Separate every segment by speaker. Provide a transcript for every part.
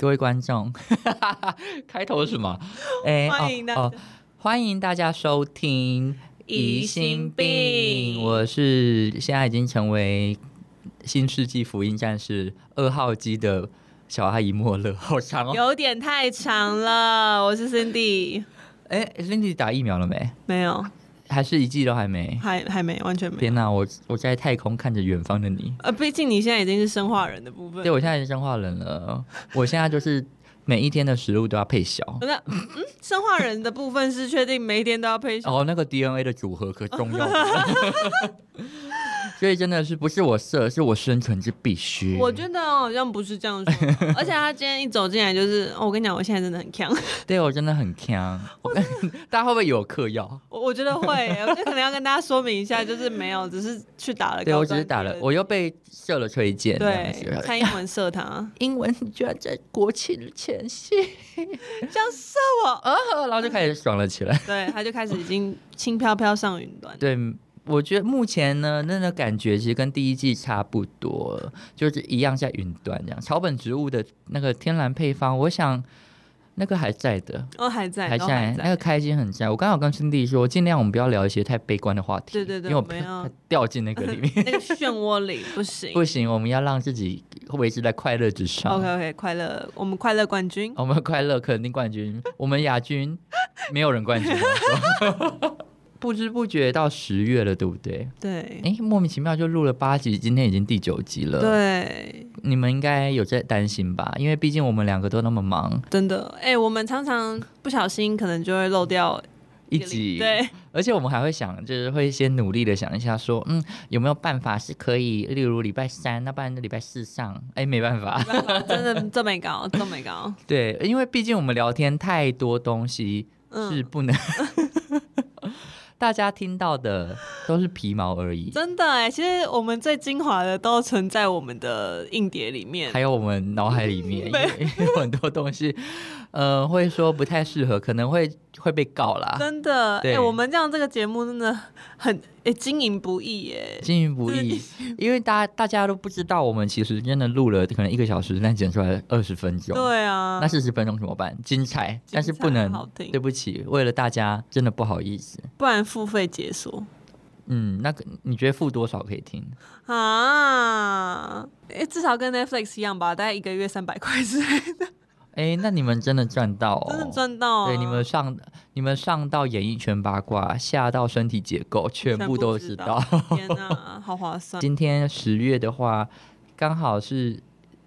Speaker 1: 各位观众， 开头是什 么？哎、
Speaker 2: 欢迎大家
Speaker 1: 哦哦，欢迎大家收听《
Speaker 2: 疑心病
Speaker 1: 我是现在已经成为新世纪福音战士二号机的小阿姨莫乐，好长哦。
Speaker 2: 有点太长了。我是 Cindy，
Speaker 1: 哎，Lindy 打疫苗了没？
Speaker 2: 没有，
Speaker 1: 还是一剂都还没？
Speaker 2: 还还没，完全没。
Speaker 1: 天哪，我我在太空看着远方的你。
Speaker 2: 呃，毕竟你现在已经是生化人的部分
Speaker 1: 对，。我现在是生化人了，我现在就是每一天的食物都要配小。
Speaker 2: 那嗯，生化人的部分是确定每一天都要配
Speaker 1: 哦，那个 DNA 的组合可重要了， 所以真的是不是我色，是我生存之必须。
Speaker 2: 我觉得哦好像不是这样说的， 而且他今天一走进来就是，哦我跟你讲，我现在真的很强，
Speaker 1: 对我真的很强，我跟 大家会不会有嗑药？
Speaker 2: 我我觉得会耶，我就可能要跟大家说明一下，就是没有，只是去打了高端。
Speaker 1: 对我只是打了，我又被射了推荐。这样
Speaker 2: 对
Speaker 1: 子
Speaker 2: 蔡英文射他，
Speaker 1: 英文居然在国庆前 夕，
Speaker 2: 这样射我，
Speaker 1: 呃，然后就开始爽了起来。
Speaker 2: 对，他就开始已经轻飘飘上云端。
Speaker 1: 对，我觉得目前呢，那个感觉其实跟第一季差不多，就是一样在云端这样。草本植物的那个天然配方，我想那个还在的，
Speaker 2: 哦，还在，
Speaker 1: 还
Speaker 2: 都还
Speaker 1: 在，那个开心很在。我刚好跟孙弟说，尽量我们不要聊一些太悲观的话题，
Speaker 2: 对对对
Speaker 1: 因为我
Speaker 2: 我们要
Speaker 1: 怕掉进那个 里面。
Speaker 2: 那个漩涡里不行。
Speaker 1: 不行，我们要让自己维持在快乐之上。
Speaker 2: OK OK，快乐，我们快乐冠军。
Speaker 1: 我们快乐肯定冠军，我们亚军没有人冠军。啊 不知不觉到十月了，对不对？
Speaker 2: 对
Speaker 1: 哎，莫名其妙就录了八集，今天已经第九集了。，
Speaker 2: 对，
Speaker 1: 你们应该有在担心吧？因为毕竟我们两个都那么忙，
Speaker 2: 真的，哎、我们常常不小心可能就会漏掉
Speaker 1: 一
Speaker 2: 个礼
Speaker 1: 集
Speaker 2: 对，
Speaker 1: 而且我们还会想，就是会先努力的想一下说，嗯，有没有办法是可以，例如礼拜三，那不然就礼拜四上。哎，没办 法，
Speaker 2: 真的这 没搞，这没搞。
Speaker 1: 对，因为毕竟我们聊天太多东西是
Speaker 2: 嗯，
Speaker 1: 不能， 大家听到的都是皮毛而已，
Speaker 2: 真的哎、其实我们最精华的都存在我们的硬碟里面
Speaker 1: 还。有我们脑海里 面因为有很多东西，呃，会说不太适合，可能会会被告啦，
Speaker 2: 真的，哎、
Speaker 1: 啊对
Speaker 2: 我们这样这个节目真的很哎、经营不易耶、
Speaker 1: 经营不易，因为大家大家都不知道，我们其实真的录了可能一个小时，但剪出来二十分钟。
Speaker 2: 对啊，
Speaker 1: 那四十分钟怎么办？精彩，但是不能
Speaker 2: 好听
Speaker 1: 对不起，为了大家真的不好意思。
Speaker 2: 不然付费解锁
Speaker 1: 嗯，那个你觉得付多少可以听？
Speaker 2: 啊。哎、至少跟 Netflix 一样吧，大概一个月三百块之类的
Speaker 1: 哎，那你们真的赚到、哦，
Speaker 2: 真的赚到、啊！
Speaker 1: 对，你们上你们上到演艺圈八卦，下到身体结构，全部都知道。
Speaker 2: 全部知道。天哪，好划算！
Speaker 1: 今天十月的话，刚好是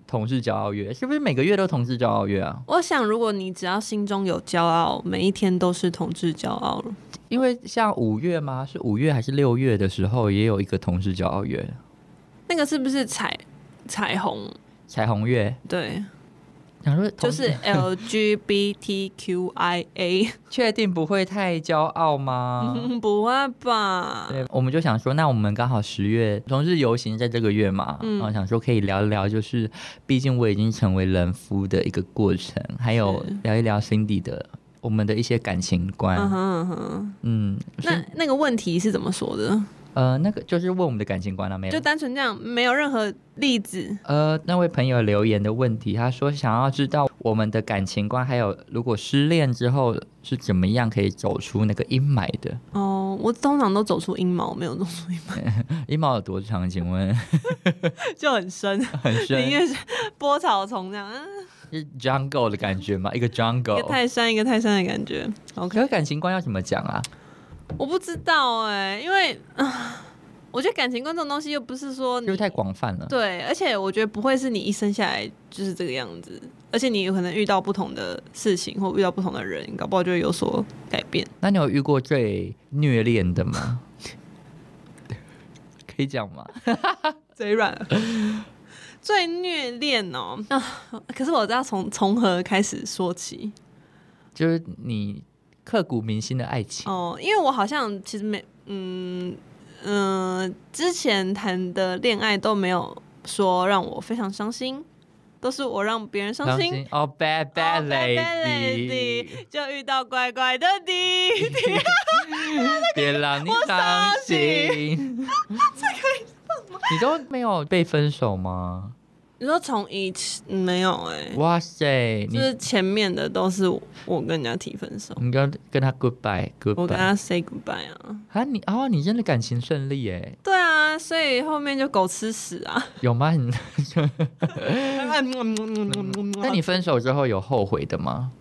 Speaker 1: 同事骄傲月，是不是每个月都同事骄傲月啊？
Speaker 2: 我想，如果你只要心中有骄傲，每一天都是同志骄傲了。
Speaker 1: 因为像五月吗？是五月还是六月的时候，也有一个同事骄傲月，
Speaker 2: 那个是不是彩彩虹？
Speaker 1: 彩虹月。
Speaker 2: 对，
Speaker 1: 想说同
Speaker 2: 就
Speaker 1: 事
Speaker 2: 是 LGBTQIA，、
Speaker 1: 确定不会太骄傲吗？
Speaker 2: 嗯 不会吧？
Speaker 1: 啊对，我们就想说，那我们刚好十月同日游行在这个月嘛，
Speaker 2: 嗯
Speaker 1: 然后想说可以聊一聊，就是毕竟我已经成为人夫的一个过程，还有
Speaker 2: 是
Speaker 1: 聊一聊 Cindy 的我们的一些感情观。
Speaker 2: 嗯哼嗯哼，
Speaker 1: 嗯，
Speaker 2: 那
Speaker 1: 是
Speaker 2: 那个问题是怎么说的？
Speaker 1: 呃，那个就是问我们的感情观了没
Speaker 2: 就
Speaker 1: 有？
Speaker 2: 单纯这样，没有任何例子。
Speaker 1: 呃，那位朋友留言的问题，他说想要知道我们的感情观，还有如果失恋之后是怎么样可以走出那个阴霾的。
Speaker 2: 哦，我通常都走出阴谋，没有走出 阴
Speaker 1: 阴霾有多长？请问
Speaker 2: 谋，就很深，
Speaker 1: 很
Speaker 2: 宁
Speaker 1: 深，
Speaker 2: 愿是 波草丛这样，啊
Speaker 1: 是 jungle 的感觉吗？一个
Speaker 2: 一
Speaker 1: jungle，哦
Speaker 2: 个泰山一个泰山的感觉。
Speaker 1: 可是感情观要怎么讲啊？
Speaker 2: 嗯我不知道哎、因为 啊，我觉得感情观这种东西又不是说
Speaker 1: 是
Speaker 2: 你
Speaker 1: 不是太广泛了？
Speaker 2: 对，而且我觉得不会是你一生下来就是这个样子，而且你有可能遇到不同的事情或遇到不同的人，搞不好就会有所改变。
Speaker 1: 那你有遇过最虐恋的吗？ 可以讲吗？
Speaker 2: 嘴软了，最虐恋哦、 啊！可是我知道从从何开始说起
Speaker 1: 就是你刻骨铭心的爱情，
Speaker 2: 哦，因为我好像其实没嗯嗯、之前谈的恋爱都没有说让我非常伤心，都是我让别人伤心。
Speaker 1: 哦，bad bad
Speaker 2: Oh, bad
Speaker 1: lady，
Speaker 2: 就遇到乖乖的你，
Speaker 1: 别让你伤 心。这可以你都没有被分手吗？
Speaker 2: 你说从以前嗯没有哎、
Speaker 1: 哇塞，
Speaker 2: 就
Speaker 1: 你
Speaker 2: 是前面的都是我我跟人家提分手，
Speaker 1: 你跟跟他 goodbye
Speaker 2: 我跟
Speaker 1: goodbye
Speaker 2: 他 say goodbye 啊。
Speaker 1: 啊，你哦，你真的感情顺利哎，
Speaker 2: 对啊，所以后面就狗吃屎 啊！哎嗯
Speaker 1: 有吗？你那
Speaker 2: 那
Speaker 1: 你分手之后有后悔的吗？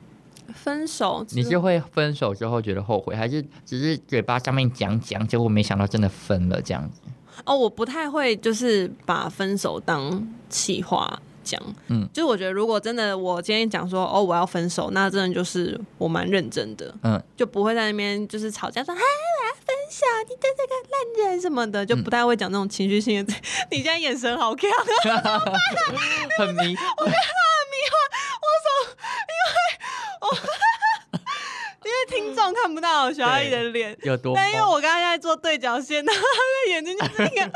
Speaker 2: 嗯分手之，
Speaker 1: 你就会分手之后觉得后悔，还是只是嘴巴上面讲讲，结果没想到真的分了这样子？
Speaker 2: 哦，我不太会就是把分手当气话讲，
Speaker 1: 嗯
Speaker 2: 嗯，就是我觉得如果真的我今天讲说哦我要分手，那真的就是我蛮认真的，
Speaker 1: 嗯，
Speaker 2: 就不会在那边就是吵架说啊我要分手，你对这个烂人什么的，
Speaker 1: 嗯
Speaker 2: 就不太会讲那种情绪性的。 你现在眼神好看，
Speaker 1: 很迷，
Speaker 2: 因为听众看不到小阿姨的脸。
Speaker 1: 有多
Speaker 2: 但因为
Speaker 1: 懵
Speaker 2: 我刚才在做对角线， 然后她的眼睛就是那个，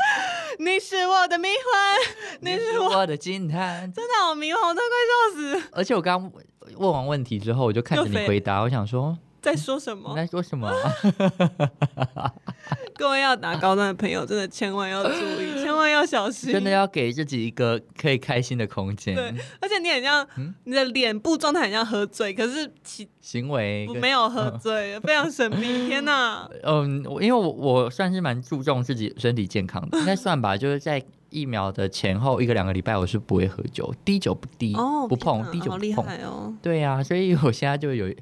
Speaker 2: 你是我的迷魂， 你是我，
Speaker 1: 我的惊叹。
Speaker 2: 真的好迷魂，我都快笑死。
Speaker 1: 而且我刚刚问完问题之后，我就看着
Speaker 2: 又
Speaker 1: 你
Speaker 2: 飞
Speaker 1: 回 答，我想说
Speaker 2: 在说什
Speaker 1: 你
Speaker 2: 么？
Speaker 1: 在说什么啊、
Speaker 2: 各位要打高端的朋友，真的千万要注意，千万要小心。
Speaker 1: 真的要嗯给自己一个可以开心的空
Speaker 2: 对
Speaker 1: 间，，
Speaker 2: 而且你很像、
Speaker 1: 嗯
Speaker 2: 你的脸部状态很像喝醉，可是其
Speaker 1: 行为
Speaker 2: 我
Speaker 1: 跟
Speaker 2: 没有喝醉，非常神 秘。天哪！
Speaker 1: 嗯，我因为我我算是蛮注重自己身体健康 的，应该算吧，就是在疫苗的前后一个两个礼拜，我是不会喝酒，滴酒不滴，嗯
Speaker 2: 哦，
Speaker 1: 不
Speaker 2: 天
Speaker 1: 碰，
Speaker 2: 哪
Speaker 1: 滴酒
Speaker 2: 好
Speaker 1: 不
Speaker 2: 厉
Speaker 1: 碰。
Speaker 2: 害哦！
Speaker 1: 对呀、所以我现在就有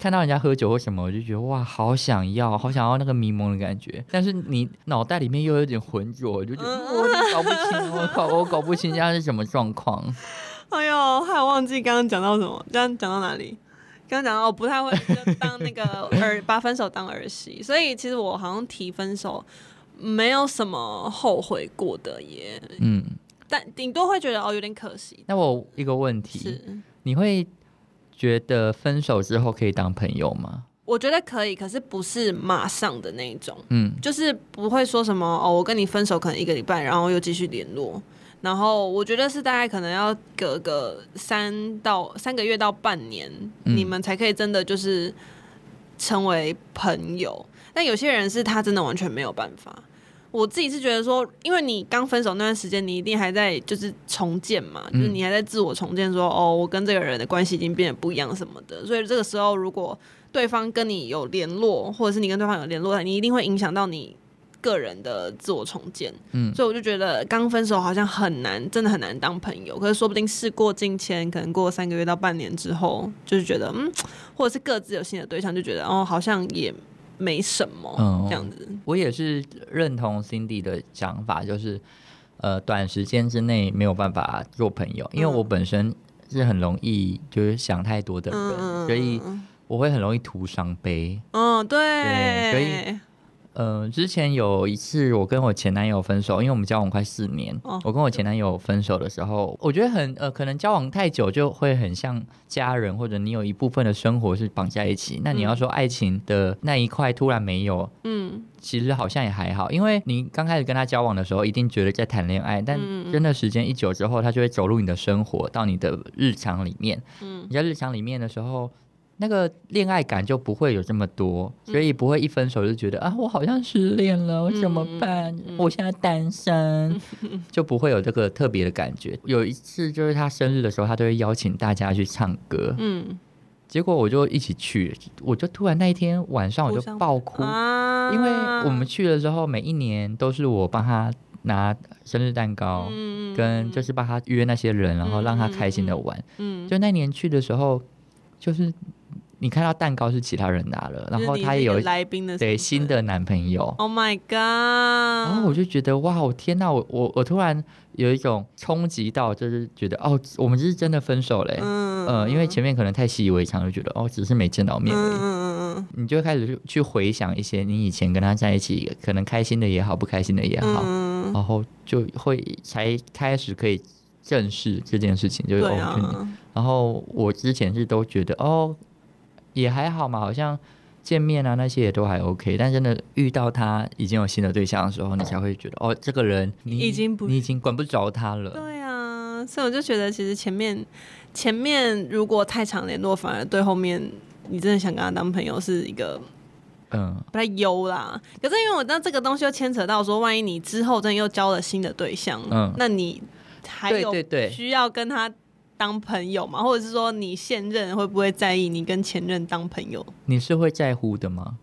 Speaker 1: 看到人家喝酒或什么，我就觉得哇，好想要，好想要那个迷蒙的感觉。但是你脑袋里面又有点浑浊，我就觉得、
Speaker 2: 嗯
Speaker 1: 我搞不清，我搞我搞不清现在是什么状 况。
Speaker 2: 哎呦，害我忘记刚刚讲到什么，刚刚讲到哪里？刚刚讲到我不太会就当那个儿把分手当儿戏，所以其实我好像提分手没有什么后悔过的耶，
Speaker 1: 嗯，
Speaker 2: 但顶多会觉得哦有点可惜。
Speaker 1: 那我一个问题，
Speaker 2: 是，
Speaker 1: 你会觉得分手之后可以当朋友吗？
Speaker 2: 我觉得可以，可是不是马上的那一种，
Speaker 1: 嗯，
Speaker 2: 就是不会说什么哦，我跟你分手可能一个礼拜，然后又继续联络。然后我觉得是大概可能要隔个三到三个月到半年，
Speaker 1: 嗯
Speaker 2: 你们才可以真的就是成为朋友。但有些人是他真的完全没有办法。我自己是觉得说，因为你刚分手那段时间，你一定还在就是重建嘛，
Speaker 1: 嗯
Speaker 2: 就是你还在自我重建说，哦，我跟这个人的关系已经变得不一样什么的。所以这个时候，如果对方跟你有联络，或者是你跟对方有联络，你一定会影响到你个人的自我重建。
Speaker 1: 嗯
Speaker 2: 所以我就觉得刚分手好像很难，真的很难当朋友。可是说不定事过境迁，可能过三个月到半年之后，就是觉得嗯，或者是各自有新的对象，就觉得哦，好像也没什么、
Speaker 1: 嗯
Speaker 2: 这样子。
Speaker 1: 我也是认同 Cindy 的想法，就是呃，短时间之内没有办法做朋友，因为
Speaker 2: 嗯
Speaker 1: 我本身是很容易就是想太多的人，
Speaker 2: 嗯，
Speaker 1: 所以
Speaker 2: 嗯
Speaker 1: 我会很容易徒伤悲。
Speaker 2: 嗯，对，
Speaker 1: 对呃，之前有一次我跟我前男友分手，因为我们交往快四年，
Speaker 2: 哦
Speaker 1: 我跟我前男友分手的时候，我觉得很呃，可能交往太久就会很像家人，或者你有一部分的生活是绑在一起。那你要说爱情的那一块突然没有，
Speaker 2: 嗯，
Speaker 1: 其实好像也还好，因为你刚开始跟他交往的时候，一定觉得在谈恋爱，但
Speaker 2: 嗯嗯
Speaker 1: 真的时间一久之后，他就会走入你的生活，到你的日常里面。
Speaker 2: 嗯
Speaker 1: 你在日常里面的时候，那个恋爱感就不会有这么多，所
Speaker 2: 嗯
Speaker 1: 以不会一分手就觉得、啊，我好像失恋了，我怎么办？
Speaker 2: 嗯
Speaker 1: 我现在单 身，就不会有这个特别的感觉。有一次就是他生日的时候，他都会邀请大家去唱歌，
Speaker 2: 嗯
Speaker 1: 结果我就一起去，我就突然那一天晚上我
Speaker 2: 互
Speaker 1: 就
Speaker 2: 相
Speaker 1: 爆哭。
Speaker 2: 啊
Speaker 1: 因为我们去的时候，每一年都是我帮他拿生日蛋糕，
Speaker 2: 嗯
Speaker 1: 跟就是帮他约那些人，然后让他开心的玩。
Speaker 2: 嗯，
Speaker 1: 就那年去的时候，就是你看到蛋糕是其他人拿了，然后
Speaker 2: 就是你
Speaker 1: 他
Speaker 2: 是
Speaker 1: 也
Speaker 2: 一个
Speaker 1: 有
Speaker 2: 来宾的嗯
Speaker 1: 对
Speaker 2: 身
Speaker 1: 新
Speaker 2: 份。
Speaker 1: 的男朋友。
Speaker 2: Oh my
Speaker 1: 然后我
Speaker 2: god！
Speaker 1: 就觉得哇，我天呐，我我我突然有一种冲击到，就是觉得哦，我们是真的分手嘞、
Speaker 2: 嗯
Speaker 1: 呃，因为前面可能太习以为常，就觉得哦，只是没见到面而已。
Speaker 2: 嗯嗯嗯
Speaker 1: 你就会开始去去回想一些你以前跟他在一起，可能开心的也好，不开心的也
Speaker 2: 嗯
Speaker 1: 好，
Speaker 2: 嗯，
Speaker 1: 然后就会才开始可以正视这件事情，就是、
Speaker 2: 对
Speaker 1: 哦真的
Speaker 2: 啊，
Speaker 1: 然后我之前是都觉得哦，也还好嘛，好像见面啊那些也都还 OK，但真的遇到他已经有新的对象的时候，你才会觉得哦，这个人你
Speaker 2: 已经不
Speaker 1: 你已经管不着他了。
Speaker 2: 对啊，所以我就觉得其实前面前面如果太常联络，反而对后面你真的想跟他当朋友是一个
Speaker 1: 嗯，
Speaker 2: 不太优啦。可是因为我知道这个东西又牵扯到说，万一你之后真的又交了新的对象，
Speaker 1: 嗯
Speaker 2: 那你还
Speaker 1: 对
Speaker 2: 有
Speaker 1: 对对
Speaker 2: 需要跟他当朋友吗？或者是说你现任会不会在意你跟前任当朋友？
Speaker 1: 你是会在乎的吗？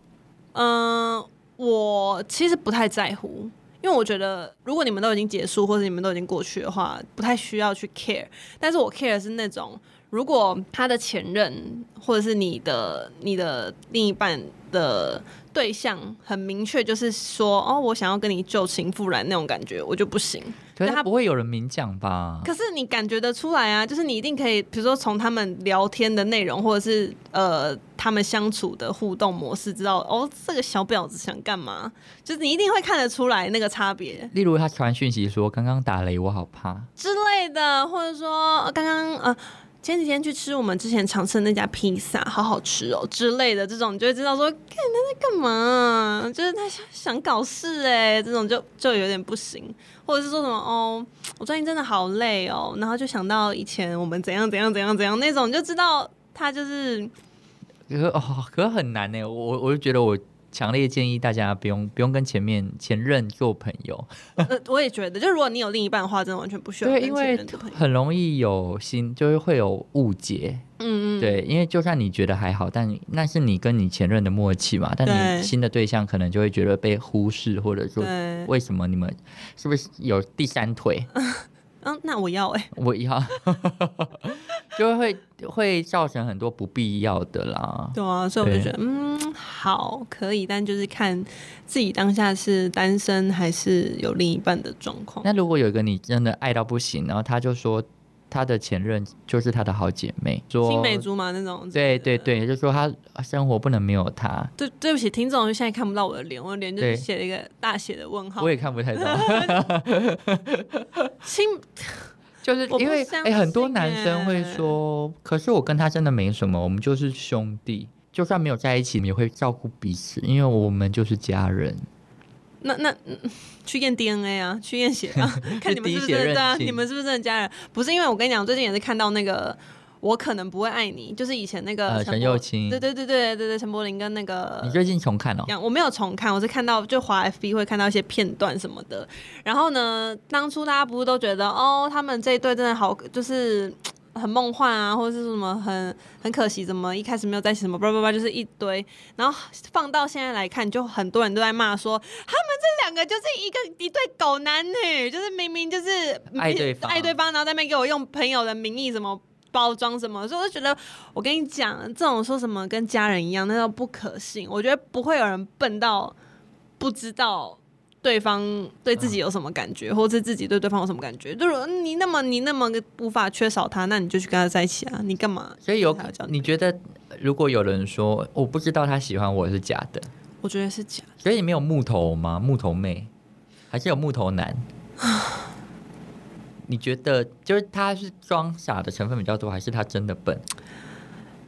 Speaker 2: 嗯，我其实不太在乎，因为我觉得如果你们都已经结束，或者你们都已经过去的话，不太需要去 care。但是我 care 的是那种，如果他的前任或者是你的你的另一半的对象很明确，就是说哦，我想要跟你旧情复燃那种感觉，我就不行。
Speaker 1: 可是
Speaker 2: 他
Speaker 1: 不会有人明讲吧？
Speaker 2: 可是你感觉得出来啊，就是你一定可以，比如说从他们聊天的内容，或者是呃他们相处的互动模式，知道哦这个小婊子想干嘛，就是你一定会看得出来那个差别
Speaker 1: 例如他传讯息说刚刚打雷，我好怕。
Speaker 2: 之类的，或者说、呃刚刚呃。前几天去吃我们之前常吃的那家披萨，好好吃哦之类的，这种你就会知道说，看他在干嘛啊、就是他想想搞事哎、这种就就有点不行，或者是说什么哦，我最近真的好累哦，然后就想到以前我们怎样怎样怎样怎样那种，你就知道他就是
Speaker 1: 可是哦，可是很难呢。我我我就觉得我强烈建议大家不用不用跟前面前任做朋友，
Speaker 2: 呃，我也觉得，就如果你有另一半的话，真的完全不需要
Speaker 1: 对，
Speaker 2: 跟
Speaker 1: 因
Speaker 2: 前
Speaker 1: 为
Speaker 2: 任做朋友
Speaker 1: 很容易有心，就是会有误解。
Speaker 2: 嗯嗯，
Speaker 1: 对，因为就算你觉得还好，但那是你跟你前任的默契嘛。但
Speaker 2: 对
Speaker 1: 你新的对象可能就会觉得被忽视，或者说
Speaker 2: 对，
Speaker 1: 为什么你们是不是有第三腿？
Speaker 2: 嗯，那我要哎、
Speaker 1: 我要， 就会会造成很多不必要的啦。
Speaker 2: 对啊，所以我就
Speaker 1: 对
Speaker 2: 觉得，嗯，好，可以，但就是看自己当下是单身还是有另一半的状况。
Speaker 1: 那如果有一个你真的爱到不行，然后他就说他的前任就是他的好姐妹，
Speaker 2: 青
Speaker 1: 说
Speaker 2: 梅竹马那种，
Speaker 1: 对对对，就说他生活不能没有他，
Speaker 2: 对，对不起，听众现在看不到我的脸，我的脸就是
Speaker 1: 对
Speaker 2: 写了一个大写的问号
Speaker 1: 我。也看不太 懂，
Speaker 2: 青，
Speaker 1: 就是
Speaker 2: 我不
Speaker 1: 因为
Speaker 2: 相
Speaker 1: 诶很多
Speaker 2: 信
Speaker 1: 男生会
Speaker 2: 欸
Speaker 1: 说，可是我跟他真的没什么，我们就是兄弟。就算没有在一起，我们也会照顾彼此，因为我们就是家人。
Speaker 2: 那那嗯去验 DNA 啊，去验 血啊，看你们
Speaker 1: 滴
Speaker 2: 是不是
Speaker 1: 血
Speaker 2: 真的
Speaker 1: 认
Speaker 2: 对啊，
Speaker 1: 亲
Speaker 2: 你们是不是真的家人？不是，因为我跟你讲，最近也是看到那个。我可能不会爱你，就是以前那个
Speaker 1: 呃陈
Speaker 2: 陈柏
Speaker 1: 幼卿
Speaker 2: 对对对对对对，陈柏霖跟那个
Speaker 1: 你最近重看哦？
Speaker 2: 样，我没有重看，我是看到就华 FB 会看到一些片段什么的。然后呢，当初大家不是都觉得哦，他们这一对真的好，就是嘖很梦幻啊，或者是什么很很可惜，怎么一开始没有在一起，什么叭叭叭，就是一堆。然后放到现在来看，就很多人都在骂说，他们这两个就是一个一对狗男女，就是明明就是嗯
Speaker 1: 爱对方
Speaker 2: 爱对方，然后在那边给我用朋友的名义什么。包装什么，所以我就觉得我跟你讲，这种说什么跟家人一样，那都不可信。我觉得不会有人笨到不知道对方对自己
Speaker 1: 嗯
Speaker 2: 有什么感觉，或是自己对对方有什么感觉。就是你那么你那么无法缺少他，那你就去跟他在一起啊，你干嘛？
Speaker 1: 所以有
Speaker 2: 还要交
Speaker 1: 你觉得，如果有人说我不知道他喜欢我是假的，
Speaker 2: 我觉得是假的，
Speaker 1: 所以你没有木头吗？木头妹，还是有木头男？ 你觉得就是他是装傻的成分比较多，还是他真的笨？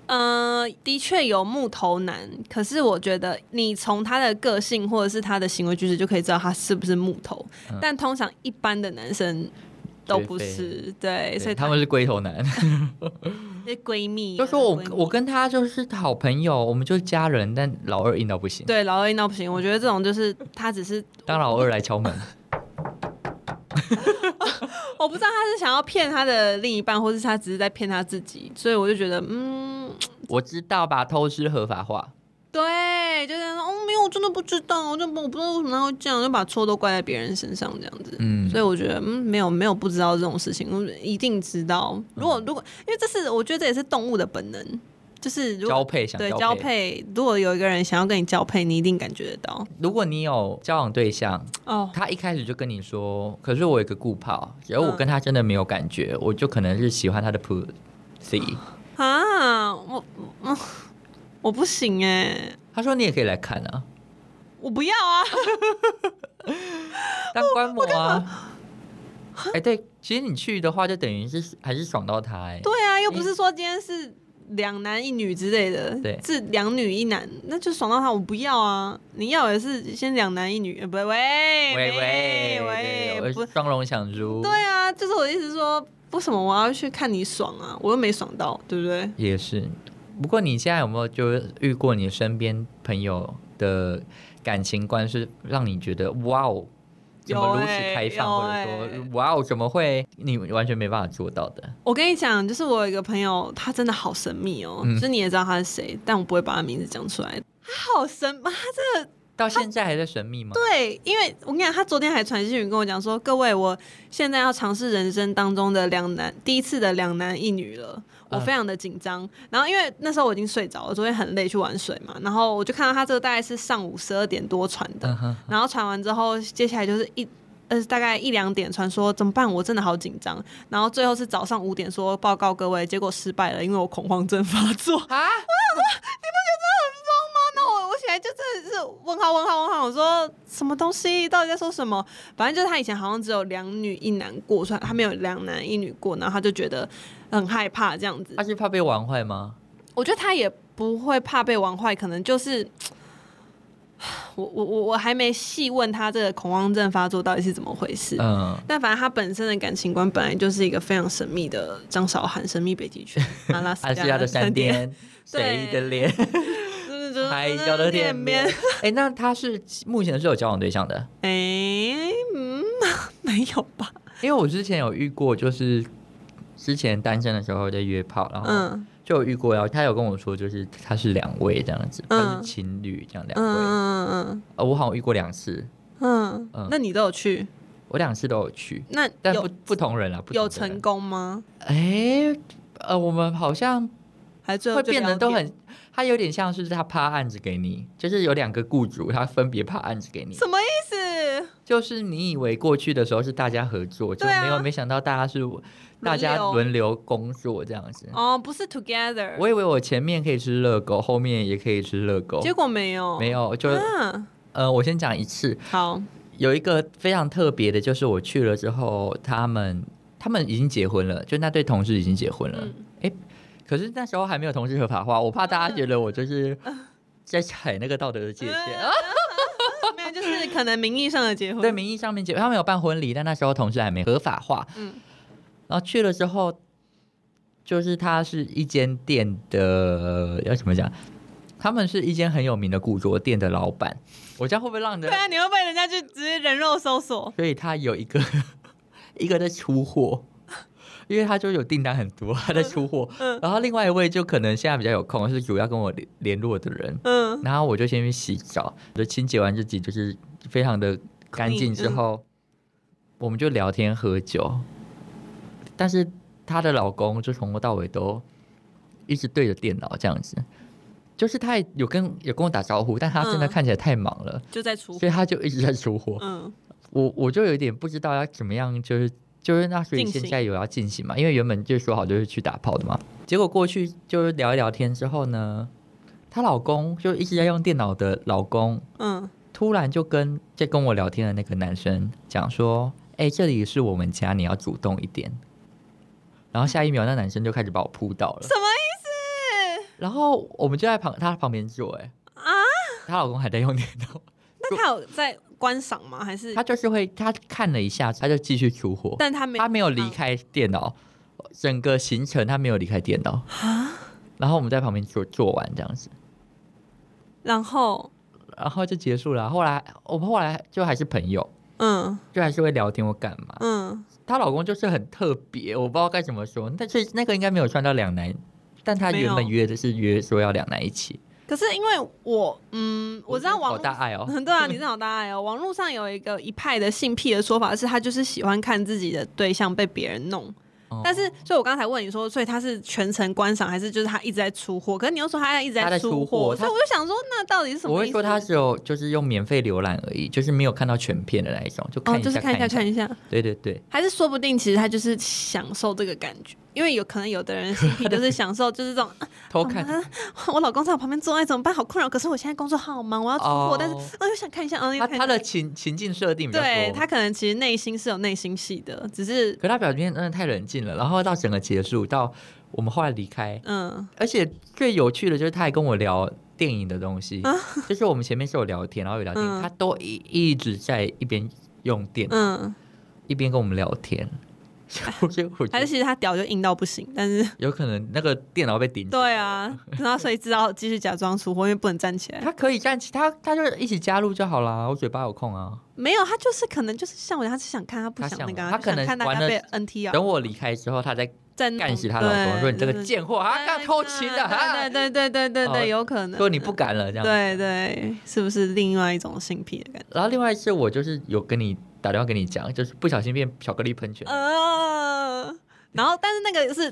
Speaker 2: 呃，的确有木头男，可是我觉得你从他的个性或者是他的行为举止就可以知道他是不是木头，
Speaker 1: 嗯
Speaker 2: 但通常一般的男生都不
Speaker 1: 绝非
Speaker 2: 是，对，所
Speaker 1: 对
Speaker 2: 以
Speaker 1: 他
Speaker 2: 他
Speaker 1: 们是龟头男，
Speaker 2: 是闺蜜啊、
Speaker 1: 就说我
Speaker 2: 闺蜜
Speaker 1: 我跟他就是好朋友，我们就是家人，但老二硬到不行，
Speaker 2: 对老二硬到不行，我觉得这种就是他只是
Speaker 1: 当老二来敲门，
Speaker 2: 我不知道他是想要骗他的另一半，或是他只是在骗他自己，所以我就觉得，嗯，
Speaker 1: 我知道吧，偷吃合法化，
Speaker 2: 对，就是说哦，没有，我真的不知道，我就不我不知道为什么他会这样，就把错都怪在别人身上这样子。
Speaker 1: 嗯，
Speaker 2: 所以我觉得，嗯，没有没有不知道这种事情，我一定知
Speaker 1: 嗯
Speaker 2: 道。如果如果，因为这是我觉得这也是动物的本能，就是如
Speaker 1: 交
Speaker 2: 果
Speaker 1: 配想
Speaker 2: 对
Speaker 1: 交
Speaker 2: 交
Speaker 1: 配，
Speaker 2: 配，如果有一个人想要跟你交配，你一定感觉得到。
Speaker 1: 如果你有交往对象，
Speaker 2: 哦，
Speaker 1: 他一开始就跟你说，可是我有一个顾炮，然后我
Speaker 2: 嗯
Speaker 1: 跟他真的没有感觉，我就可能是喜欢他的 pussy。
Speaker 2: 啊，我我我不行哎、
Speaker 1: 他说你也可以来看啊，
Speaker 2: 我不要啊。
Speaker 1: 当观摩啊。哎、对，其实你去的话，就等于是还是爽到他哎、
Speaker 2: 对啊，又不
Speaker 1: 诶
Speaker 2: 是说今天是两男一女之类的，
Speaker 1: 对
Speaker 2: 是两女一男，那就爽到他，我不要啊！你要也是先两男一女，呃不喂喂
Speaker 1: 喂喂
Speaker 2: 喂
Speaker 1: 对，我
Speaker 2: 不
Speaker 1: 是，双龙享珠，
Speaker 2: 对啊，就是我的意思是说，为什么我要去看你爽啊？我又没爽到，对不对？
Speaker 1: 也是。不过你现在有没有就是遇过你身边朋友的感情观是让你觉得哇哦，怎
Speaker 2: 有
Speaker 1: 么如此
Speaker 2: 欸
Speaker 1: 开
Speaker 2: 有
Speaker 1: 放，或者
Speaker 2: 欸
Speaker 1: 说哇哦，怎么会你完全没办法做到的？
Speaker 2: 我跟你讲，就是我有一个朋友，他真的好神秘哦，
Speaker 1: 嗯
Speaker 2: 就是你也知道他是谁，但我不会把他名字讲出来。他好神秘，
Speaker 1: 到现在还在神秘吗？
Speaker 2: 对，因为我跟你讲，他昨天还传讯息跟我讲说，各位，我现在要尝试人生当中的两男第一次的两男一女了，我
Speaker 1: 嗯
Speaker 2: 非常的紧张。然后因为那时候我已经睡着了，昨天很累去玩水嘛，然后我就看到他这个大概是上午十二点多传的，
Speaker 1: 嗯哼，
Speaker 2: 然后传完之后，接下来就是一呃大概一两点传说怎么办？我真的好紧张。然后最后是早上五点说报告各位，结果失败了，因为我恐慌症发作。
Speaker 1: 啊，
Speaker 2: 那我我起来就真的是问号问号问号，我说什么东西？到底在说什么？反正就是他以前好像只有两女一男过，所以他没有两男一女过，然后他就觉得很害怕这样子
Speaker 1: 他。是怕被玩坏吗？
Speaker 2: 我觉得他也不会怕被玩坏，可能就是。 我我我我还没细问他这个恐慌症发作到底是怎么回事，
Speaker 1: 嗯，
Speaker 2: 但反正他本身的感情观本来就是一个非常神秘的张韶涵神秘北极圈，阿拉斯
Speaker 1: 阿西亚
Speaker 2: 加
Speaker 1: 的山
Speaker 2: 巅，
Speaker 1: 巅，谁
Speaker 2: 对
Speaker 1: 的脸，
Speaker 2: 就 是就是
Speaker 1: 海角的天边。
Speaker 2: 边。
Speaker 1: 哎、那他是目前是有交往对象的，
Speaker 2: 哎、嗯， 没有吧？
Speaker 1: 因为我之前有遇过，就是之前单身的时候在约炮，然后
Speaker 2: 嗯
Speaker 1: 就有遇过，然后他有跟我说，就是他是两位这样子，他
Speaker 2: 嗯
Speaker 1: 是情侣这样
Speaker 2: 嗯
Speaker 1: 两位，
Speaker 2: 嗯
Speaker 1: 呃，我好像遇过两次，
Speaker 2: 嗯嗯
Speaker 1: 嗯，
Speaker 2: 那你都有去？
Speaker 1: 我两次都有去，
Speaker 2: 那
Speaker 1: 但不
Speaker 2: 有
Speaker 1: 不同人啊，不
Speaker 2: 有
Speaker 1: 同的人
Speaker 2: 成，功吗？
Speaker 1: 哎、呃，我们好像
Speaker 2: 还最后
Speaker 1: 会
Speaker 2: 就
Speaker 1: 变得
Speaker 2: 聊
Speaker 1: 都
Speaker 2: 天
Speaker 1: 很，他有点像是他趴案子给你，就是有两个雇主，他分别趴案子给你，
Speaker 2: 什么意思？
Speaker 1: 就是你以为过去的时候是大家合作，就
Speaker 2: 对啊
Speaker 1: 没有、没想到大家是大家轮流工作这样子。
Speaker 2: 哦，不是 together，
Speaker 1: 我以为我前面可以吃热狗，后面也可以吃热狗，
Speaker 2: 结果没有，
Speaker 1: 没有。就、
Speaker 2: 啊。
Speaker 1: 呃，我先讲一次，
Speaker 2: 好，
Speaker 1: 有一个非常特别的，就是我去了之后，他们他们已经结婚了，就那对同事已经结婚了。
Speaker 2: 嗯
Speaker 1: 哎、可是那时候还没有同事合法化，我怕大家觉得我就是在踩那个道德的 界限。
Speaker 2: 嗯
Speaker 1: 啊
Speaker 2: 没有，就是可能名义上的结婚，
Speaker 1: 对，名义上面结，他们有办婚礼，但那时候同事还没合法化。
Speaker 2: 嗯
Speaker 1: 然后去了之后，就是它是一间店的，要怎么讲？他们是一间很有名的古着店的老板，我这样会不会让人
Speaker 2: 对？啊，你会被人家就直接人肉搜索，
Speaker 1: 所以他有一个 一个在出货，因为他就有订单很多，他在出货。
Speaker 2: 嗯
Speaker 1: 然后另外一位就可能现在比较有空，是主要跟我联联络的人。
Speaker 2: 嗯，
Speaker 1: 然后我就先去洗澡，就清洁完自己，就是非常的干净之
Speaker 2: 嗯
Speaker 1: 后，我们就聊天喝酒。但是她的老公就从头到尾都一直对着电脑这样子，就是他也有跟有跟我打招呼，但他真的
Speaker 2: 嗯
Speaker 1: 看起来太忙了，
Speaker 2: 就在厨
Speaker 1: 所以他就一直在出货。
Speaker 2: 嗯
Speaker 1: 我我就有点不知道要怎么样，就是就是那所以
Speaker 2: 进行
Speaker 1: 现在有要进行嘛，因为原本就说好就是去打炮的嘛，结果过去就是聊一聊天之后呢，她老公就一直在用电脑的老公，
Speaker 2: 嗯，
Speaker 1: 突然就跟在跟我聊天的那个男生讲说：“哎、这里是我们家，你要主动一点。”然后下一秒那男生就开始把我扑倒了，
Speaker 2: 什么意思？
Speaker 1: 然后我们就在旁他旁边坐、哎
Speaker 2: 啊，
Speaker 1: 她老公还在用电脑，
Speaker 2: 那他有在观赏吗？还是
Speaker 1: 他就是会他看了一下，他就继续出火。
Speaker 2: 但他没
Speaker 1: 他没有离
Speaker 2: 嗯
Speaker 1: 开电脑，整个行程他没有离开电脑。
Speaker 2: 啊
Speaker 1: 然后我们在旁边做做完这样子，
Speaker 2: 然后
Speaker 1: 然后就结束了。啊后来我们后来就还是朋友，
Speaker 2: 嗯
Speaker 1: 就还是会聊天或干嘛。
Speaker 2: 嗯，
Speaker 1: 她老公就是很特别，我不知道该怎么说。但是那个应该没有穿到两男，但他
Speaker 2: 没有
Speaker 1: 原本约的是约说要两男一起。
Speaker 2: 可是因为我嗯，我知道网
Speaker 1: 好大
Speaker 2: 络。
Speaker 1: 爱哦，
Speaker 2: 对啊，你真的好大爱哦！网络上有一个一派的性癖的说法，是他就是喜欢看自己的对象被别人弄，
Speaker 1: 哦
Speaker 2: 但是，所以我刚才问你说，所以他是全程观赏，还是就是他一直在出货？可是你又说他一直
Speaker 1: 他在
Speaker 2: 出
Speaker 1: 出
Speaker 2: 货，
Speaker 1: 货
Speaker 2: 所
Speaker 1: 他
Speaker 2: 以我就想说，那到底是什
Speaker 1: 哦我
Speaker 2: 么
Speaker 1: 会
Speaker 2: 意思？
Speaker 1: 说他只有就是用免费浏览而已，就是没有看到全片的那一种，就看
Speaker 2: 哦，
Speaker 1: 一
Speaker 2: 就是
Speaker 1: 下
Speaker 2: 看一下看一下，
Speaker 1: 对对对，
Speaker 2: 还是说不定其实他就是享受这个感觉，因为有可能有的人性癖就是享受，就是这种
Speaker 1: 偷看。
Speaker 2: 啊我老公在我旁边做爱怎么办？好困扰。可是我现在工作好忙，我要出货，
Speaker 1: 哦
Speaker 2: 但是我又想看一下，嗯，又
Speaker 1: 他
Speaker 2: 看一
Speaker 1: 他
Speaker 2: 下
Speaker 1: 的情情境设定比较多，
Speaker 2: 对他可能其实内心是有内心戏的，只是
Speaker 1: 可他表面真的太冷静了，然后到整个结束，到我们后来离开，
Speaker 2: 嗯
Speaker 1: 而且最有趣的就是他还跟我聊电影的东西，就是我们前面是有聊天，然后有聊天，
Speaker 2: 啊嗯
Speaker 1: 他都一一直在一边用电，
Speaker 2: 嗯，
Speaker 1: 一边跟我们聊天， 所以我觉
Speaker 2: 还
Speaker 1: 得
Speaker 2: 是其实他屌就硬到不行，但是
Speaker 1: 有可能那个电脑被顶。
Speaker 2: 对啊，然后所以只好继续假装出货，因为不能站起来。
Speaker 1: 他可以站起，他他就是一起加入就好啦。我嘴巴有空啊，
Speaker 2: 没有，他就是可能就是像我一样，他只想看，他不
Speaker 1: 他
Speaker 2: 想
Speaker 1: 想
Speaker 2: 那个
Speaker 1: 玩他
Speaker 2: 啊，就
Speaker 1: 可
Speaker 2: 想
Speaker 1: 能
Speaker 2: 看大
Speaker 1: 玩
Speaker 2: 家
Speaker 1: 了
Speaker 2: 被 NT 啊，
Speaker 1: 等我离开之后，他再
Speaker 2: 在弄
Speaker 1: 干死他老公，说你这个
Speaker 2: 嗯对
Speaker 1: 贱货啊，干偷情的啊，
Speaker 2: 对对对对对
Speaker 1: 哦
Speaker 2: 对，有可能
Speaker 1: 说你不敢了这样。
Speaker 2: 对对，是不是另外一种性癖的感觉？
Speaker 1: 然后另外是我就是有跟你打电话跟你讲，就是不小心变巧克力喷
Speaker 2: 哎
Speaker 1: 泉，
Speaker 2: 呃，然后但是那个是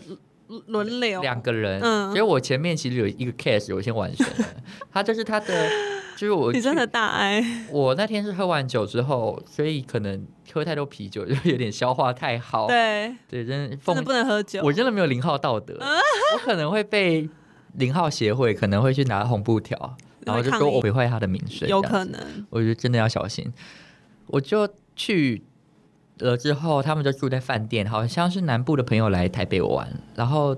Speaker 2: 轮流，
Speaker 1: 两个人，
Speaker 2: 嗯
Speaker 1: 所以我前面其实有一个 case 我先完全 了，他就是他的，就是我
Speaker 2: 你真
Speaker 1: 去
Speaker 2: 的大爱，
Speaker 1: 我那天是喝完酒之后，所以可能喝太多啤酒，就有点消化太好，
Speaker 2: 对，
Speaker 1: 对，真的
Speaker 2: 真
Speaker 1: 哦奉
Speaker 2: 的不嗯能喝酒
Speaker 1: 我，真的没有零号道德，我可能会被零号协会可能会去拿红 布条，然后就
Speaker 2: 抗
Speaker 1: 说
Speaker 2: 议
Speaker 1: 我毁坏他的名声，
Speaker 2: 有
Speaker 1: 这样
Speaker 2: 可能，
Speaker 1: 我觉得真的要小心。我就去了之后，他们就住在饭店，好像是南部的朋友来台北玩，然后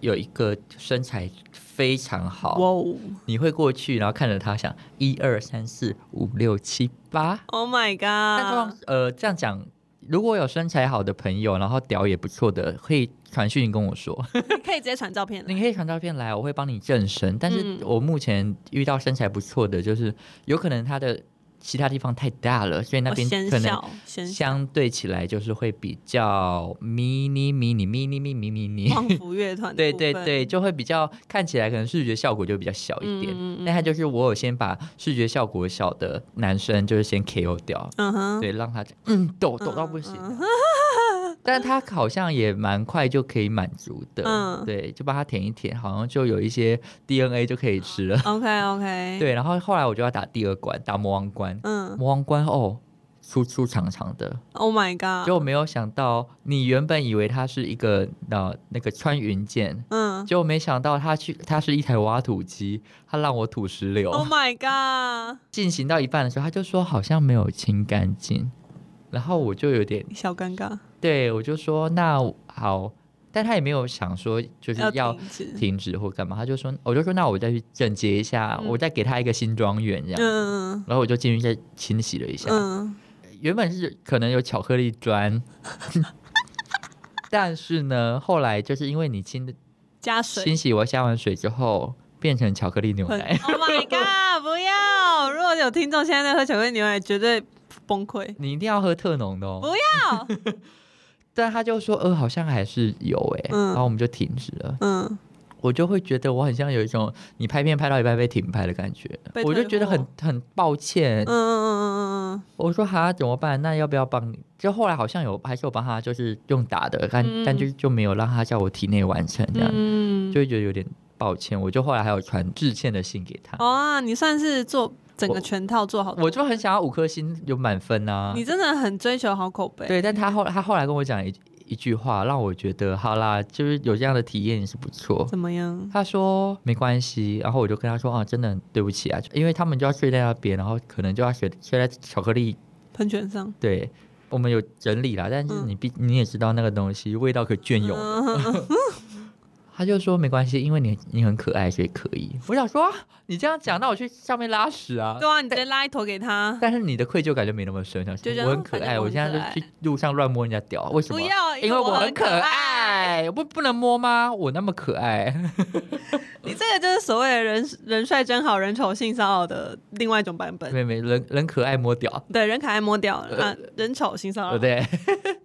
Speaker 1: 有一个身材非常
Speaker 2: 哇
Speaker 1: 好，
Speaker 2: 哦
Speaker 1: 你会过去，然后看着他想一二三四五六七八，
Speaker 2: ，Oh my
Speaker 1: 但通常
Speaker 2: god，
Speaker 1: 呃这样讲。如果有身材好的朋友，然后屌也不错的，可以传讯跟我说，
Speaker 2: 你可以直接传照片了，
Speaker 1: 你可以传照片来，我会帮你正身。但是
Speaker 2: 嗯
Speaker 1: 我目前遇到身材不错的，就是有可能他的其他地方太大了，所以那
Speaker 2: 我
Speaker 1: 边
Speaker 2: 先
Speaker 1: 可能
Speaker 2: 笑，先笑，
Speaker 1: 相对起来就是会比较 mini mini mini mini mini，
Speaker 2: 旺福乐团，
Speaker 1: 对对，对，就会比较看起来可能视觉效果就比较小一点。
Speaker 2: 嗯嗯嗯
Speaker 1: 但他就是我有先把视觉效果小的男生就是先 KO 掉，
Speaker 2: 嗯哼，
Speaker 1: 对，让他嗯抖抖到不行。
Speaker 2: 嗯
Speaker 1: 啊但他好像也蛮快就可以满足的，
Speaker 2: 嗯
Speaker 1: 对，就帮他舔一舔，好像就有一些 DNA 就可以吃了。
Speaker 2: ，OK OK，，
Speaker 1: 对，然后后来我就要打第二关，打魔王关，
Speaker 2: 嗯
Speaker 1: 魔王关哦，粗粗长长的，
Speaker 2: ，Oh my god，
Speaker 1: 就没有想到你原本以为它是一个呃那个穿云箭，
Speaker 2: 嗯
Speaker 1: 结果没想到它去它是一台挖土机，它让我吐石榴。
Speaker 2: ，Oh my god，
Speaker 1: 进行到一半的时候，他就说好像没有清干净，然后我就有点
Speaker 2: 小尴尬，
Speaker 1: 对，我就说那好，但他也没有想说就是要
Speaker 2: 停止，
Speaker 1: 停止或干嘛，他就说，我就说那我再去整洁一下，
Speaker 2: 嗯
Speaker 1: 我再给他一个新庄园这样，
Speaker 2: 嗯
Speaker 1: 然后我就进去再清洗了一
Speaker 2: 嗯
Speaker 1: 下，
Speaker 2: 嗯，
Speaker 1: 原本是可能有巧克力砖， 但是呢，后来就是因为你清的
Speaker 2: 加水
Speaker 1: 清。洗完下完水之后，变成巧克力牛
Speaker 2: 很
Speaker 1: 奶，
Speaker 2: Oh my god！不要！如果有听众现在在喝巧克力牛奶，绝对崩溃。
Speaker 1: 你一定要喝特浓的哦
Speaker 2: 不。要，
Speaker 1: 但他就说，呃，好像还是有哎、
Speaker 2: 嗯
Speaker 1: 然后我们就停止了。
Speaker 2: 嗯，
Speaker 1: 我就会觉得我很像有一种你拍片拍到一半被停拍的感觉
Speaker 2: 被，
Speaker 1: 我就
Speaker 2: 退
Speaker 1: 觉得很
Speaker 2: 货
Speaker 1: 很抱歉
Speaker 2: 嗯嗯。嗯嗯
Speaker 1: 我说哈怎么办？那要不要帮你？就后来好像有还是有帮他，就是用打的，但、
Speaker 2: 嗯
Speaker 1: 但就就没有让他在我体内完成这样，
Speaker 2: 嗯嗯，
Speaker 1: 啊就会觉得有点抱歉。我就后来还有传致歉的信给他，
Speaker 2: 哇，你算是做整个全套做好，
Speaker 1: 我就很想要五颗星有满分啊
Speaker 2: 你。真的很追求好口碑。
Speaker 1: 对，但他后他后来跟我讲一一句话，让我觉得好啦，就是有这样的体验也是不错。
Speaker 2: 怎么样？
Speaker 1: 他说没关系，然后我就跟他说啊，真的很对不起啊，因为他们就要睡在那边，然后可能就要睡睡在巧克力。
Speaker 2: 喷泉上，
Speaker 1: 对，我们有整理啦，但是
Speaker 2: 嗯
Speaker 1: 你必、你也知道那个东西味道可隽永。
Speaker 2: 嗯，
Speaker 1: 他就说没关系，因为你你很可爱，所以可以。我想说，啊你这样讲，那我去上面拉屎啊。
Speaker 2: 对啊，你直接拉一坨给他，
Speaker 1: 但是你的愧疚感就没那么深，想说
Speaker 2: 就觉得
Speaker 1: 我很可
Speaker 2: 反正
Speaker 1: 爱，
Speaker 2: 我
Speaker 1: 我
Speaker 2: 很
Speaker 1: 现在
Speaker 2: 可爱
Speaker 1: 就去路上乱摸人家屌，为什么？
Speaker 2: 不要，
Speaker 1: 因为我很可。爱，我不不能摸吗？我那么可爱。
Speaker 2: 你这个就是所谓的人人帅真好人丑性骚扰的另外一种版本。
Speaker 1: 没没人人可爱摸屌，
Speaker 2: 对，人可爱摸掉了，啊，人丑性骚
Speaker 1: 呃对
Speaker 2: 扰
Speaker 1: 不。对？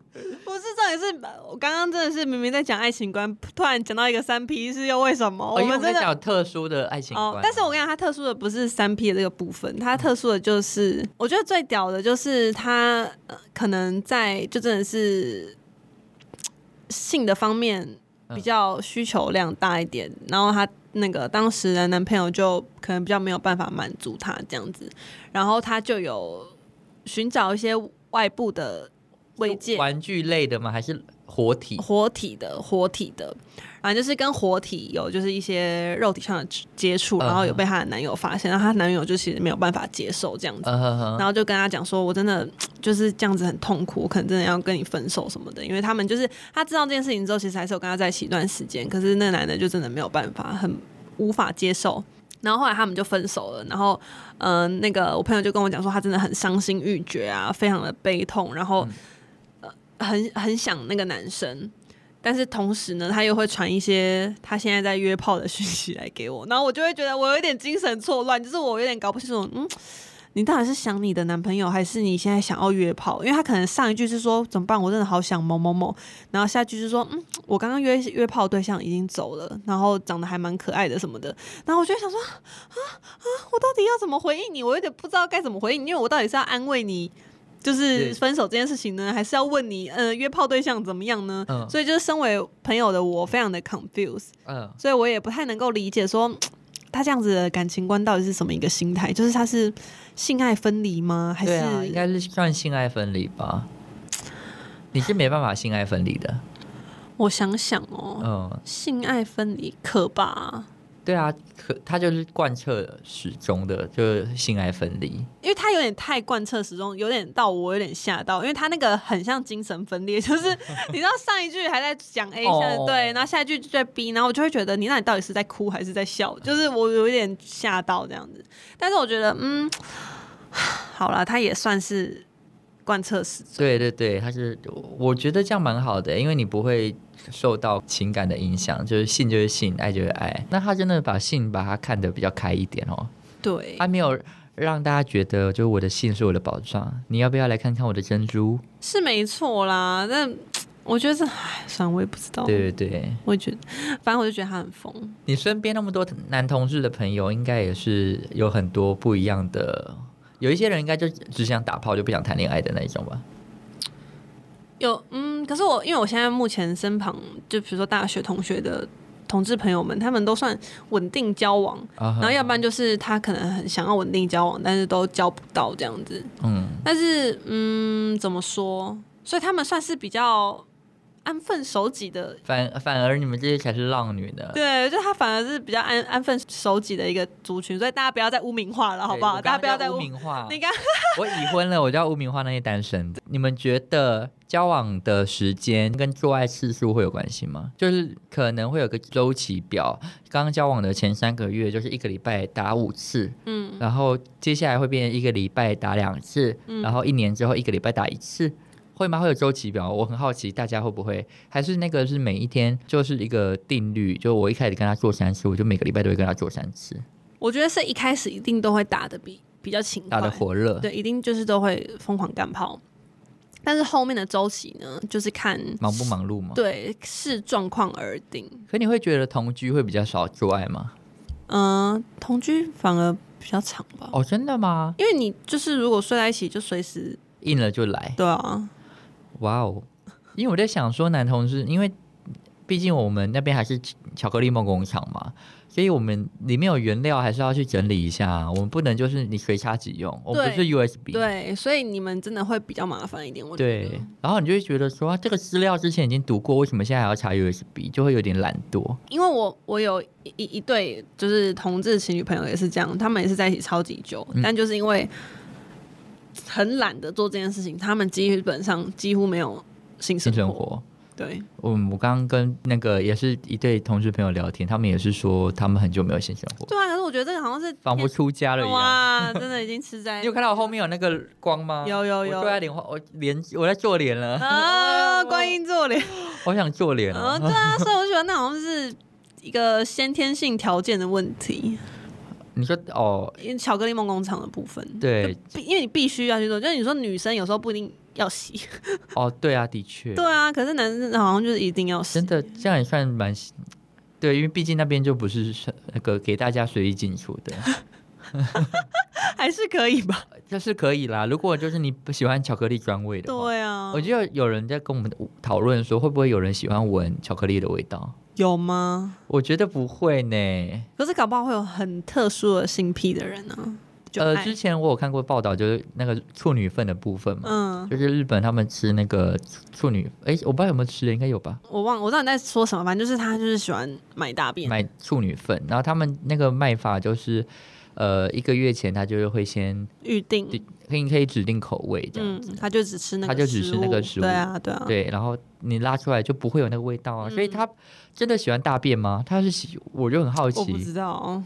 Speaker 2: 不是重点是，呃我刚刚真的是明明在讲爱情观，突然讲到一个三 P 是又为什么？
Speaker 1: 哦因为
Speaker 2: 们
Speaker 1: 在
Speaker 2: 真的
Speaker 1: 讲特殊的爱情观啊，
Speaker 2: 哦但是我跟你讲，它特殊的不是三 P 的这个部分，它特殊的就是，我觉得最屌的就是它、呃、可能在就真的是嘖性的方面
Speaker 1: 嗯
Speaker 2: 比较需求量大一点，然后她那个当时的男朋友就可能比较没有办法满足她这样子，然后她就有寻找一些外部的慰藉，
Speaker 1: 玩具类的吗？还是活体？
Speaker 2: 活体的，活体的，反正就是跟活体有就是一些肉体上的接触，
Speaker 1: 嗯
Speaker 2: 然后有被她的男友发现，然后她男友就其实没有办法接受这样子，
Speaker 1: 嗯哼哼，
Speaker 2: 然后就跟她讲说，我真的就是这样子很痛苦，我可能真的要跟你分手什么的，因为他们就是她知道这件事情之后，其实还是有跟她在一起一段时间，可是那个男的就真的没有办法，很无法接受。然后后来他们就分手了，然后，嗯、
Speaker 1: 嗯
Speaker 2: 那个我朋友就跟我讲说，他真的很伤心欲绝啊，非常的悲痛，然后、呃，很很想那个男生，但是同时呢，他又会传一些他现在在约炮的讯息来给我，然后我就会觉得我有点精神错乱，就是我有点搞不清楚，嗯，你到底是想你的男朋友，还是你现在想要约炮？因为他可能上一句是说怎么办，我真的好想某某某，然后下一句是说，嗯，我刚刚约约炮对象已经走了，然后长得还蛮可爱的什么的，然后我就会想说，啊啊，我到底要怎么回应你？我有点不知道该怎么回应，因为我到底是要安慰你。就是
Speaker 1: 是
Speaker 2: 分手这件事情呢，还是要问你，呃，约炮对象怎么样呢？
Speaker 1: 嗯
Speaker 2: 所以就是身为朋友的我，非常的 confused，
Speaker 1: 嗯，
Speaker 2: 所以我也不太能够理解说嘖他这样子的感情观到底是什么一个心态，就是他是性爱分离吗？还是、
Speaker 1: 对啊，应该是算性爱分离吧？你是没办法性爱分离的，
Speaker 2: 我想想哦，
Speaker 1: 嗯，
Speaker 2: 性爱分离可吧？
Speaker 1: 对啊，可他就是贯彻始终的，就是性爱分离，
Speaker 2: 因为他有点太贯彻始终，有点到我有点吓到，因为他那个很像精神分裂， 就是你知道上一句还在讲 A，
Speaker 1: 哦
Speaker 2: 下对，然后下一句就在 B，然后我就会觉得你那你到底是在哭还是在笑？就是我有一点吓到这样子，但是我觉得嗯，好了，他也算是贯彻始终，
Speaker 1: 对对对，他是，我觉得这样蛮好的，因为你不会受到情感的影响，就是性就是性，爱就是爱。那他真的把性把它看得比较开一点哦，
Speaker 2: 对，
Speaker 1: 他没有让大家觉得就是我的性是我的保障，你要不要来看看我的珍珠？
Speaker 2: 是没错啦，但我觉得这，唉，算了，我也不知道，
Speaker 1: 对对对，
Speaker 2: 我也觉得，反正我就觉得他很疯。
Speaker 1: 你身边那么多男同志的朋友，应该也是有很多不一样的。有一些人应该就只想打炮就不想谈恋爱的那一种吧。
Speaker 2: 有，嗯，可是我因为我现在目前身旁，就比如说大学同学的同志朋友们，他们都算稳定交往，
Speaker 1: 然
Speaker 2: 然后要不然就是他可能很想要稳定交往，但是都交不到这样子。
Speaker 1: 嗯，
Speaker 2: 但是，嗯，怎么说？所以他们算是比较安分守己的，
Speaker 1: 反反而你们这些才是浪女呢。
Speaker 2: 对，就他反而是比较安安分守己的一个族群，所以大家不要再污名化了，好不好？
Speaker 1: 我
Speaker 2: 大家
Speaker 1: 刚刚
Speaker 2: 不要再
Speaker 1: 叫
Speaker 2: 污
Speaker 1: 污。名化。
Speaker 2: 你刚
Speaker 1: 我已婚了，我叫无名化那些单身的。你们觉得交往的时间跟做爱次数会有关系吗？就是可能会有个周期表，刚交往的前三个月就是一个礼拜打五次，
Speaker 2: 嗯，
Speaker 1: 然后接下来会变成一个礼拜打两次，
Speaker 2: 嗯
Speaker 1: 然后一年之后一个礼拜打一次。会吗？会有周期表？我很好奇，大家会不会还是那个是每一天就是一个定律？就我一开始跟他做三次，我就每个礼拜都会跟他做三次，
Speaker 2: 我觉得是一开始一定都会打的比比较勤快，
Speaker 1: 打的火热，
Speaker 2: 对，一定就是都会疯狂干炮。但是后面的周期呢，就是看
Speaker 1: 忙不忙碌吗？
Speaker 2: 对视状况而定。
Speaker 1: 可你会觉得同居会比较少做爱吗？
Speaker 2: 嗯、同居反而比较长吧，
Speaker 1: 哦，真的吗？
Speaker 2: 因为你就是如果睡在一起，就随时
Speaker 1: 硬了就来，
Speaker 2: 对啊，
Speaker 1: 哇哦！因为我在想说，男同志，因为毕竟我们那边还是巧克力梦工厂嘛，所以我们里面有原料还是要去整理一下，我们不能就是你随插即用，我们不是 USB。
Speaker 2: 对，所以你们真的会比较麻烦一点。我觉得
Speaker 1: 对然后你就会觉得说，啊这个资料之前已经读过，为什么现在还要插 USB？就会有点懒惰。
Speaker 2: 因为我我有一一一对就是同志情侣朋友也是这样，他们也是在一起超级久，
Speaker 1: 嗯
Speaker 2: 但就是因为很懒得做这件事情，他们基本上几乎没有性生
Speaker 1: 性生
Speaker 2: 活。
Speaker 1: 活，
Speaker 2: 对，
Speaker 1: 嗯，我刚刚跟那个也是一对同事朋友聊天，他们也是说他们很久没有性生活，
Speaker 2: 对啊，可是我觉得这个好像是
Speaker 1: 仿佛
Speaker 2: 天
Speaker 1: 出家了一样。
Speaker 2: 哇，真的已经吃 在
Speaker 1: 你有看到我后面有那个光吗？
Speaker 2: 有有
Speaker 1: 我对他
Speaker 2: 有
Speaker 1: 脸花，我脸我在做脸了，
Speaker 2: 啊，观 音座脸
Speaker 1: 好想做脸
Speaker 2: 啊，
Speaker 1: 啊！
Speaker 2: 对啊，所以我觉得那好像是一个先天性条件的问题，
Speaker 1: 你说哦，
Speaker 2: 因为巧克力梦工厂的部分，
Speaker 1: 对，
Speaker 2: 必因为你必须要去做，就是你说女生有时候不一定要洗，
Speaker 1: 哦，对啊，的确，
Speaker 2: 对啊，可是男生好像就是一定要洗
Speaker 1: 真，的这样也算蛮，对，因为毕竟那边就不是是那个给大家随意进出 的，
Speaker 2: 还是可以吧？
Speaker 1: 这是可以啦。如果就是你不喜欢巧克力专味的话，
Speaker 2: 对啊
Speaker 1: 我，觉得有人在跟我们讨论说，会不会有人喜欢闻巧克力的味道？
Speaker 2: 有吗？
Speaker 1: 我觉得不会呢。
Speaker 2: 可是搞不好会有很特殊的性癖的人呢，就
Speaker 1: 呃，
Speaker 2: 爱
Speaker 1: 之前我有看过报道，就是那个处女粪的部分嘛，
Speaker 2: 嗯，
Speaker 1: 就是日本他们吃那个处处女，哎、我不知道有没有吃的，应该有吧？
Speaker 2: 我忘我知道你在说什么，反正就是他就是喜欢买大便，
Speaker 1: 买处女粉，然后他们那个卖法就是，呃，一个月前他就是会先，
Speaker 2: 预定。
Speaker 1: 可以你可以指定口味这样
Speaker 2: 嗯
Speaker 1: 子，，
Speaker 2: 他就只吃那个，
Speaker 1: 他就只吃那个食物
Speaker 2: 对啊，对啊，
Speaker 1: 对，然后你拉出来就不会有那个味道啊。所以
Speaker 2: 嗯
Speaker 1: 他真的喜欢大便吗？他是喜，我就很好
Speaker 2: 我不
Speaker 1: 奇，
Speaker 2: 知道哦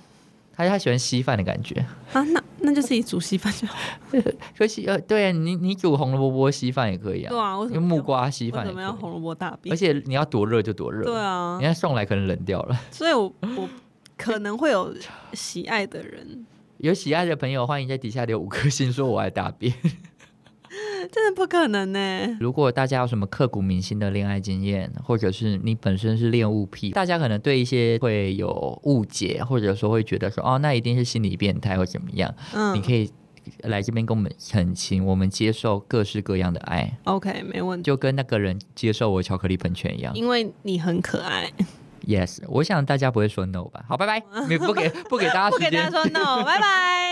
Speaker 1: 他他喜欢稀饭的感觉，
Speaker 2: 啊，那那那就自己煮稀饭就好。
Speaker 1: 可惜呃，对啊，你你煮红萝卜稀饭也可以啊，
Speaker 2: 对啊，为什
Speaker 1: 因
Speaker 2: 么
Speaker 1: 为木瓜稀
Speaker 2: 为
Speaker 1: 饭也
Speaker 2: 什么要
Speaker 1: 可
Speaker 2: 红萝卜大
Speaker 1: 以，
Speaker 2: 便
Speaker 1: 而？且你要多热就多热，
Speaker 2: 对啊
Speaker 1: 人，家送来可能冷掉了。
Speaker 2: 所以我我可能会有喜爱的人，
Speaker 1: 有喜爱的朋友，欢迎在底下留五颗星，说我爱大便。
Speaker 2: 真的不可能呢、
Speaker 1: 如果大家有什么刻骨铭心的恋爱经验，或者是你本身是恋物癖，大家可能对一些会有误解，或者说会觉得说哦，那一定是心理变态或怎么样，
Speaker 2: 嗯，
Speaker 1: 你可以来这边跟我们澄清，我们接受各式各样的爱，
Speaker 2: OK，没问题，
Speaker 1: 就跟那个人接受我巧克力喷泉一样。
Speaker 2: 因为你很可爱。
Speaker 1: Yes，我想大家不会说 no 吧？好，拜拜，你不给不给大家
Speaker 2: 不
Speaker 1: 时
Speaker 2: 给大家
Speaker 1: 间。
Speaker 2: 说 no，拜拜。